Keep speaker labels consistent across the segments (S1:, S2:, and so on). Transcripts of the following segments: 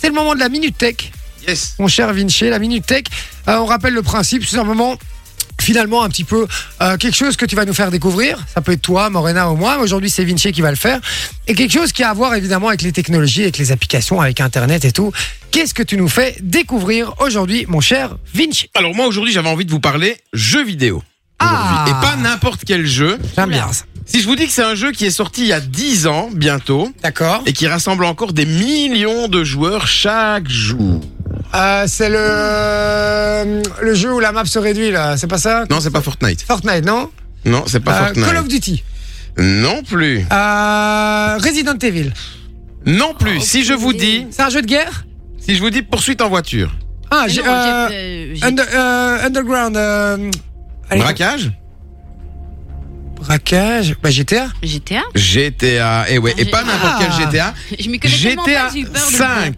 S1: c'est le moment de la Minute Tech,
S2: Yes.
S1: mon cher Vinci. La Minute Tech, euh, on rappelle le principe, c'est simplement, finalement, un petit peu euh, quelque chose que tu vas nous faire découvrir. Ça peut être toi, Morena ou moi. Aujourd'hui, c'est Vinci qui va le faire. Et quelque chose qui a à voir évidemment avec les technologies, avec les applications, avec Internet et tout. Qu'est-ce que tu nous fais découvrir aujourd'hui, mon cher Vinci
S2: Alors moi aujourd'hui j'avais envie de vous parler jeux vidéo.
S1: Ah.
S2: Aujourd'hui. Et pas n'importe quel jeu.
S1: J'aime bien ça.
S2: Si je vous dis que c'est un jeu qui est sorti il y a 10 ans bientôt
S1: D'accord.
S2: et qui rassemble encore des millions de joueurs chaque jour.
S1: Euh, c'est le... le jeu où la map se réduit, là. C'est pas ça
S2: Non, c'est pas Fortnite.
S1: Fortnite, non
S2: Non, c'est pas
S3: Bah,
S1: Euh,
S2: Fortnite.
S1: Call of Duty.
S2: Non plus.
S1: Euh, Resident Evil.
S2: Non plus. si je vous dis,
S1: C'est un jeu de guerre
S2: si je vous dis poursuite en voiture.
S1: Ah,
S3: Mais
S1: j'ai-
S3: non,
S1: euh,
S3: j'ai- euh, j'ai-
S1: Under- euh, Underground. euh, allez,
S2: Braquage
S1: braquage. Bah, GTA.
S3: GTA
S2: GTA. Et eh ouais, et
S3: Ah,
S2: pas n'importe quel
S1: ah.
S2: GTA.
S3: Je m'y connais tellement
S2: GTA
S3: pas, j'ai eu peur de le dire.
S2: 5.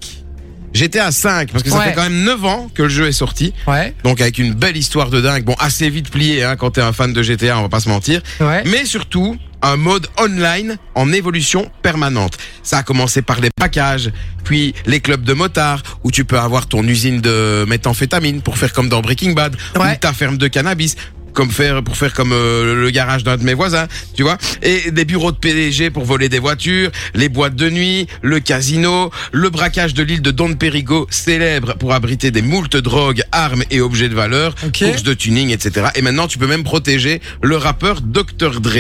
S2: GTA 5 parce que ça
S1: Ouais.
S2: fait quand même 9 ans que le jeu est sorti.
S1: Ouais.
S2: Donc avec une belle histoire de dingue. Bon, assez vite plié hein, quand t'es un fan de GTA, on va pas se mentir.
S1: Ouais.
S2: Mais surtout, un mode online en évolution permanente. Ça a commencé par les packages, puis les clubs de motards, où tu peux avoir ton usine de méthamphétamine pour faire comme dans Breaking Bad,
S1: Ouais.
S2: ou ta ferme de cannabis. Comme faire, pour faire comme euh, le garage d'un de mes voisins, tu vois. Et des bureaux de PDG pour voler des voitures, les boîtes de nuit, le casino, le braquage de l'île de Don Perigo, célèbre pour abriter des moultes drogues, armes et objets de valeur,
S1: Ok.
S2: courses de tuning, etc. Et maintenant, tu peux même protéger le rappeur Dr. Dre.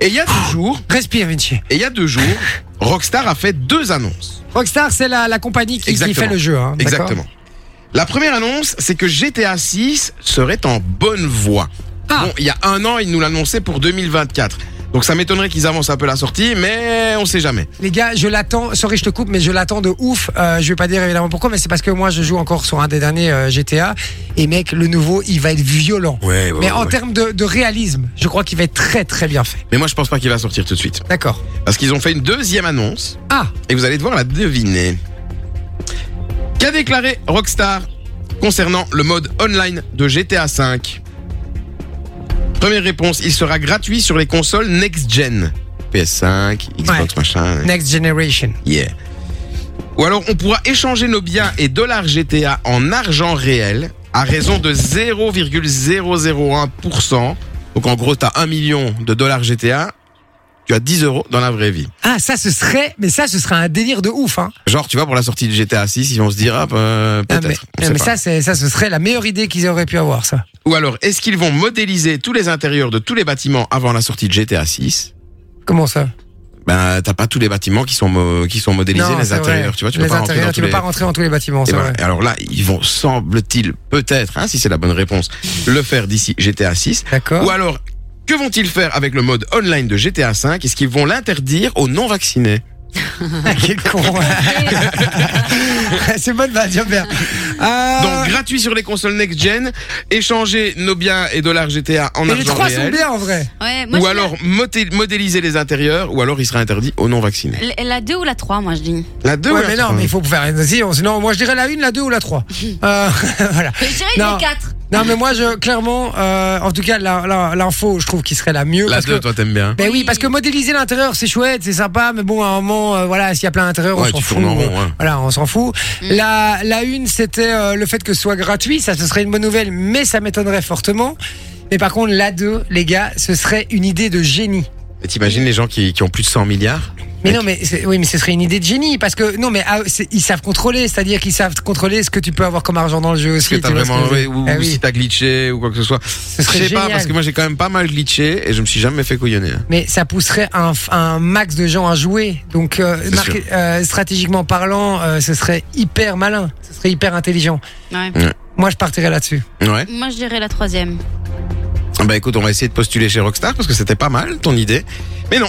S2: Et il y a deux jours,
S1: Respire, Vinci.
S2: et il y a deux jours, Rockstar a fait deux annonces.
S1: Rockstar, c'est la, la compagnie qui, qui
S2: Exactement.
S1: fait le jeu. hein, d'accord
S2: Exactement. La première annonce, c'est que GTA 6 serait en bonne voie.
S1: Ah.
S2: Bon, il y a un an, ils nous l'annonçaient pour 2024. Donc ça m'étonnerait qu'ils avancent un peu la sortie, mais on sait jamais.
S1: Les gars, je l'attends. Sorry, je te coupe, mais je l'attends de ouf. Euh, je vais pas dire évidemment pourquoi, mais c'est parce que moi, je joue encore sur un des derniers euh, GTA. Et mec, le nouveau, il va être violent.
S2: Ouais,
S1: mais en termes de, de réalisme, je crois qu'il va être très très bien fait.
S2: Mais moi, je pense pas qu'il va sortir tout de suite.
S1: D'accord.
S2: Parce qu'ils ont fait une deuxième annonce,
S1: Ah,
S2: et vous allez devoir la deviner. Qu'a déclaré Rockstar concernant le mode online de GTA V Première réponse, il sera gratuit sur les consoles next-gen. PS5, Xbox,
S1: Ouais.
S2: machin.
S1: Next Generation.
S2: Yeah. Ou alors, on pourra échanger nos biens et dollars GTA en argent réel à raison de 0,001%. Donc, en gros, tu as 1 million de dollars GTA, tu as 10 euros dans la vraie vie.
S1: Ah, ça, ce serait, mais ça, ce serait un délire de ouf. Hein.
S2: Genre, tu vois, pour la sortie de GTA 6, ils vont se dire, ah, bah,
S1: Ah,
S2: peut-être.
S1: mais
S2: on
S1: ah,
S2: sait
S1: mais
S2: pas.
S1: ça, c'est, ça, ce serait la meilleure idée qu'ils auraient pu avoir, ça.
S2: Ou alors, est-ce qu'ils vont modéliser tous les intérieurs de tous les bâtiments avant la sortie de GTA 6
S1: Comment ça
S2: Ben, t'as pas tous les bâtiments qui sont, mo- qui sont modélisés,
S1: Non,
S2: les
S1: c'est
S2: intérieurs.
S1: vrai.
S2: Tu vois, tu
S1: les
S2: peux pas rentrer
S1: intérieurs,
S2: dans
S1: tu
S2: tous
S1: peux
S2: les...
S1: pas rentrer dans tous les bâtiments,
S2: Et
S1: c'est
S2: voilà.
S1: vrai.
S2: Et alors là, ils vont, semble-t-il, peut-être, hein, si c'est la bonne réponse, le faire d'ici GTA 6.
S1: D'accord.
S2: Ou alors, que vont-ils faire avec le mode online de GTA 5 Est-ce qu'ils vont l'interdire aux non-vaccinés
S1: Quel con. hein. c'est bonne vanne, j'aime bien. Euh,
S2: Donc, gratuit sur les consoles next-gen, échanger nos biens et dollars GTA en
S1: mais
S2: argent
S1: les trois
S2: réel.
S1: sont bien, en vrai.
S3: Ouais, moi,
S2: ou
S3: je-
S2: alors moté- modéliser les intérieurs, ou alors il sera interdit aux non-vaccinés.
S3: La, la 2 ou la 3, moi, je dis.
S2: La hein, 2
S1: Ouais, mais non, mais il faut faire. si, on- Sinon, moi, je dirais la une, la deux ou la trois. Euh, voilà.
S3: Je dirais
S1: Non.
S3: les 4.
S1: Non, mais moi, je, clairement, euh, en tout cas, la- la- l'info, je trouve qu'il serait la mieux.
S2: La
S1: parce
S2: 2,
S1: que,
S2: toi t'aimes bien.
S1: Ben oui,
S3: Oui.
S1: parce que modéliser l'intérieur, c'est chouette, c'est sympa, mais bon, à un moment, euh, voilà, s'il y a plein d'intérieur,
S2: Ouais,
S1: on s'en
S2: tu
S1: fout.
S2: tournes en rond,
S1: euh,
S2: ouais.
S1: Voilà, on s'en fout. La, la une, c'était euh, le fait que ce soit gratuit, ça, ce serait une bonne nouvelle, mais ça m'étonnerait fortement. Mais par contre, la 2, les gars, ce serait une idée de génie.
S2: Et T'imagines les gens qui, qui ont plus de 100 milliards
S1: Mais
S2: Mec.
S1: non, mais c'est- oui, mais ce serait une idée de génie parce que non, mais ah, c'est- ils savent contrôler, c'est-à-dire qu'ils savent contrôler ce que tu peux avoir comme argent dans le jeu
S2: Est-ce que
S1: aussi.
S2: t'as
S1: tu vois ce
S2: vraiment.
S1: que je veux
S2: ouais,
S1: dire
S2: Ou,
S1: Eh
S2: ou si
S1: oui.
S2: t'as glitché ou quoi que ce soit. Je
S1: serait
S2: sais pas,
S1: génial.
S2: parce que moi j'ai quand même pas mal glitché et je me suis jamais fait couillonner. hein.
S1: mais ça pousserait un, un max de gens à jouer. Donc, euh,
S2: C'est
S1: marque-
S2: sûr.
S1: euh, stratégiquement parlant, euh, ce serait hyper malin, ce serait hyper intelligent.
S3: Ouais.
S1: Moi, je partirais là-dessus.
S2: Ouais.
S3: Moi, je dirais la troisième.
S2: Bah écoute, on va essayer de postuler chez Rockstar parce que c'était pas mal ton idée. Mais non.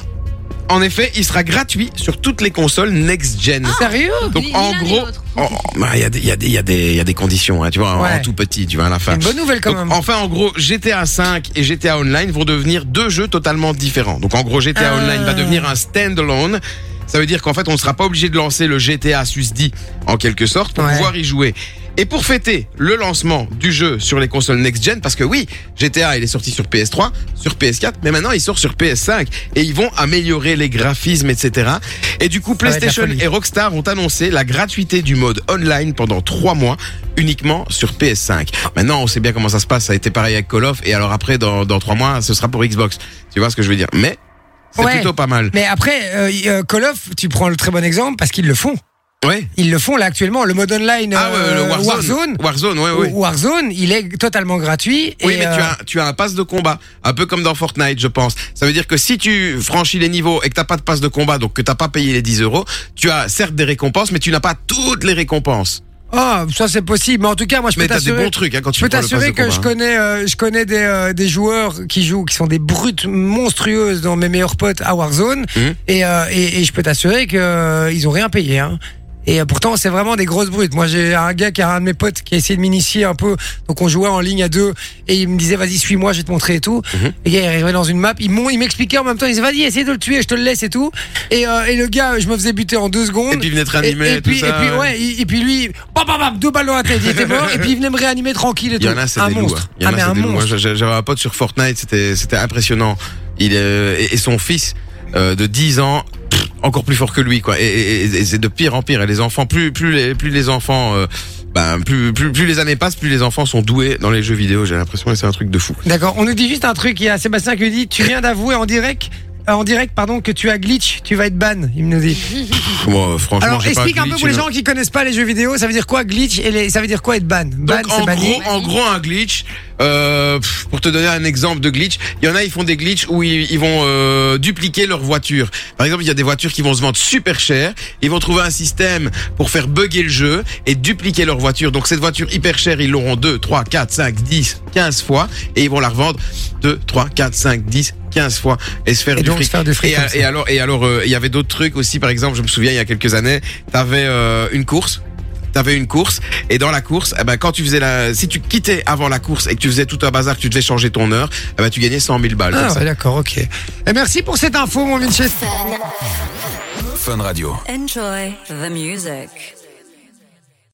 S2: En effet, il sera gratuit sur toutes les consoles next-gen.
S1: Sérieux
S2: Donc
S3: Ni- ni
S2: en
S3: l'un ni
S2: gros,
S3: l'autre.
S2: oh, oh, bah, il y, a des- il y, a des- il y, a des- il y a des conditions, hein, tu vois, en- en
S1: Ouais.
S2: tout petit, tu vois, à la fin.
S1: Une bonne nouvelle quand
S2: Donc,
S1: même.
S2: Enfin, en gros, GTA 5 et GTA Online vont devenir deux jeux totalement différents. Donc, en gros, GTA
S1: Ah.
S2: Online va devenir un standalone. Ça veut dire qu'en fait, on ne sera pas obligé de lancer le GTA susdit en quelque sorte pour
S1: Ouais.
S2: pouvoir y jouer. Et pour fêter le lancement du jeu sur les consoles next-gen, parce que oui, GTA il est sorti sur PS3, sur PS4, mais maintenant il sort sur PS5 et ils vont améliorer les graphismes, etc. Et du coup,
S1: va être la
S2: PlayStation
S1: folie.
S2: et Rockstar ont annoncé la gratuité du mode online pendant trois mois uniquement sur PS5. Maintenant, on sait bien comment ça se passe. Ça a été pareil avec Call of et alors après, dans dans trois mois, ce sera pour Xbox. Tu vois ce que je veux dire Mais c'est
S1: Ouais.
S2: plutôt pas mal.
S1: Mais après, euh, y- euh, Call of, tu prends le très bon exemple parce qu'ils le font.
S2: Ouais.
S1: Ils le font là actuellement. Le mode online
S2: Ah ouais,
S1: euh,
S2: le Warzone.
S1: Warzone,
S2: Warzone, ouais, ouais.
S1: Warzone, il est totalement gratuit.
S2: Oui,
S1: et,
S2: mais tu,
S1: euh,
S2: as, tu as un pass de combat, un peu comme dans Fortnite, je pense. Ça veut dire que si tu franchis les niveaux et que t'as pas de pass de combat, donc que t'as pas payé les 10 euros, tu as certes des récompenses, mais tu n'as pas toutes les récompenses.
S1: Ah, ça c'est possible. Mais en tout cas, moi je
S2: mais
S1: peux
S2: t'as des
S1: t'assurer.
S2: bons trucs hein, quand
S1: Je
S2: tu
S1: peux
S2: prends le pass de
S1: t'assurer que
S2: combat,
S1: je
S2: hein.
S1: connais, euh, je connais des, euh, des joueurs qui jouent, qui sont des brutes monstrueuses dans mes meilleurs potes à Warzone.
S2: Mhm.
S1: Et, euh, et, et je peux t'assurer que euh, ils ont rien payé. Hein. Et euh, pourtant, c'est vraiment des grosses brutes. Moi, j'ai un gars qui a un de mes potes qui a essayé de m'initier un peu. Donc, on jouait en ligne à deux et il me disait, vas-y, suis-moi, je vais te montrer et tout.
S2: Mhm.
S1: Et il arrivait dans une map. Ils m'ont- ils m'expliquaient en même temps. Ils disaient, vas-y, essaye de le tuer, je te le laisse et tout. Et, euh, et le gars, je me faisais buter en deux secondes.
S2: Et puis il venait te réanimer,
S1: Et, et puis,
S2: tout ça.
S1: et puis, ouais, et, et puis lui, bam, bam, bam, deux balles dans la tête, il était mort. et puis il venait me réanimer tranquille et
S2: Il
S1: tout.
S2: y en a, c'est
S1: un
S2: des loups.
S1: monstre.
S2: hein. Il y
S1: ah,
S2: en a,
S1: mais
S2: c'est
S1: un
S2: des loups. Moi,
S1: monstre.
S2: j'ai- j'avais un pote sur Fortnite, c'était, c'était impressionnant. Il, euh, et, et son fils euh, de 10 ans, pff, encore plus fort que lui, quoi. Et, et- et- et c'est de pire en pire. Et les enfants, plus, plus les, plus les enfants, euh, ben, plus, plus, plus les années passent, plus les enfants sont doués dans les jeux vidéo. J'ai l'impression que c'est un truc de fou.
S1: D'accord, on nous dit juste un truc. Il y a Sébastien qui nous dit Tu viens d'avouer en direct, euh, en direct pardon, que tu as glitch, tu vas être ban. Il me dit.
S2: Bon, euh, franchement,
S1: Alors
S2: j'ai pas
S1: explique un peu
S2: glitch,
S1: pour les
S2: non.
S1: gens qui connaissent pas les jeux vidéo, ça veut dire quoi glitch et les- ça veut dire quoi être ban Ban,
S2: Donc en
S1: c'est banni.
S2: gros, en gros un glitch. euh, pff, pour te donner un exemple de glitch, il y en a ils font des glitchs où ils, ils vont euh, dupliquer leur voiture. Par exemple, il y a des voitures qui vont se vendre super cher. Ils vont trouver un système pour faire bugger le jeu et dupliquer leur voiture. Donc cette voiture hyper chère, ils l'auront 2, 3, 4, 5, 10, 15 fois et ils vont la revendre 2, 3, 4, 5, 10, 15 fois et se faire
S1: Et
S2: du
S1: donc
S2: fric.
S1: se faire du fric
S2: Et,
S1: comme
S2: a-
S1: ça.
S2: et alors, et alors, euh, il y avait d'autres trucs aussi. Par exemple, je me souviens il y a quelques années, t'avais euh, une course. T'avais une course et dans la course, eh ben quand tu faisais la, si tu quittais avant la course et que tu faisais tout un bazar, que tu devais changer ton heure, eh ben tu gagnais 100 000 balles. comme
S1: Ah
S2: ça.
S1: ouais, d'accord, ok. Et merci pour cette info, mon Vinci.
S4: Fun Radio.
S5: Enjoy the music.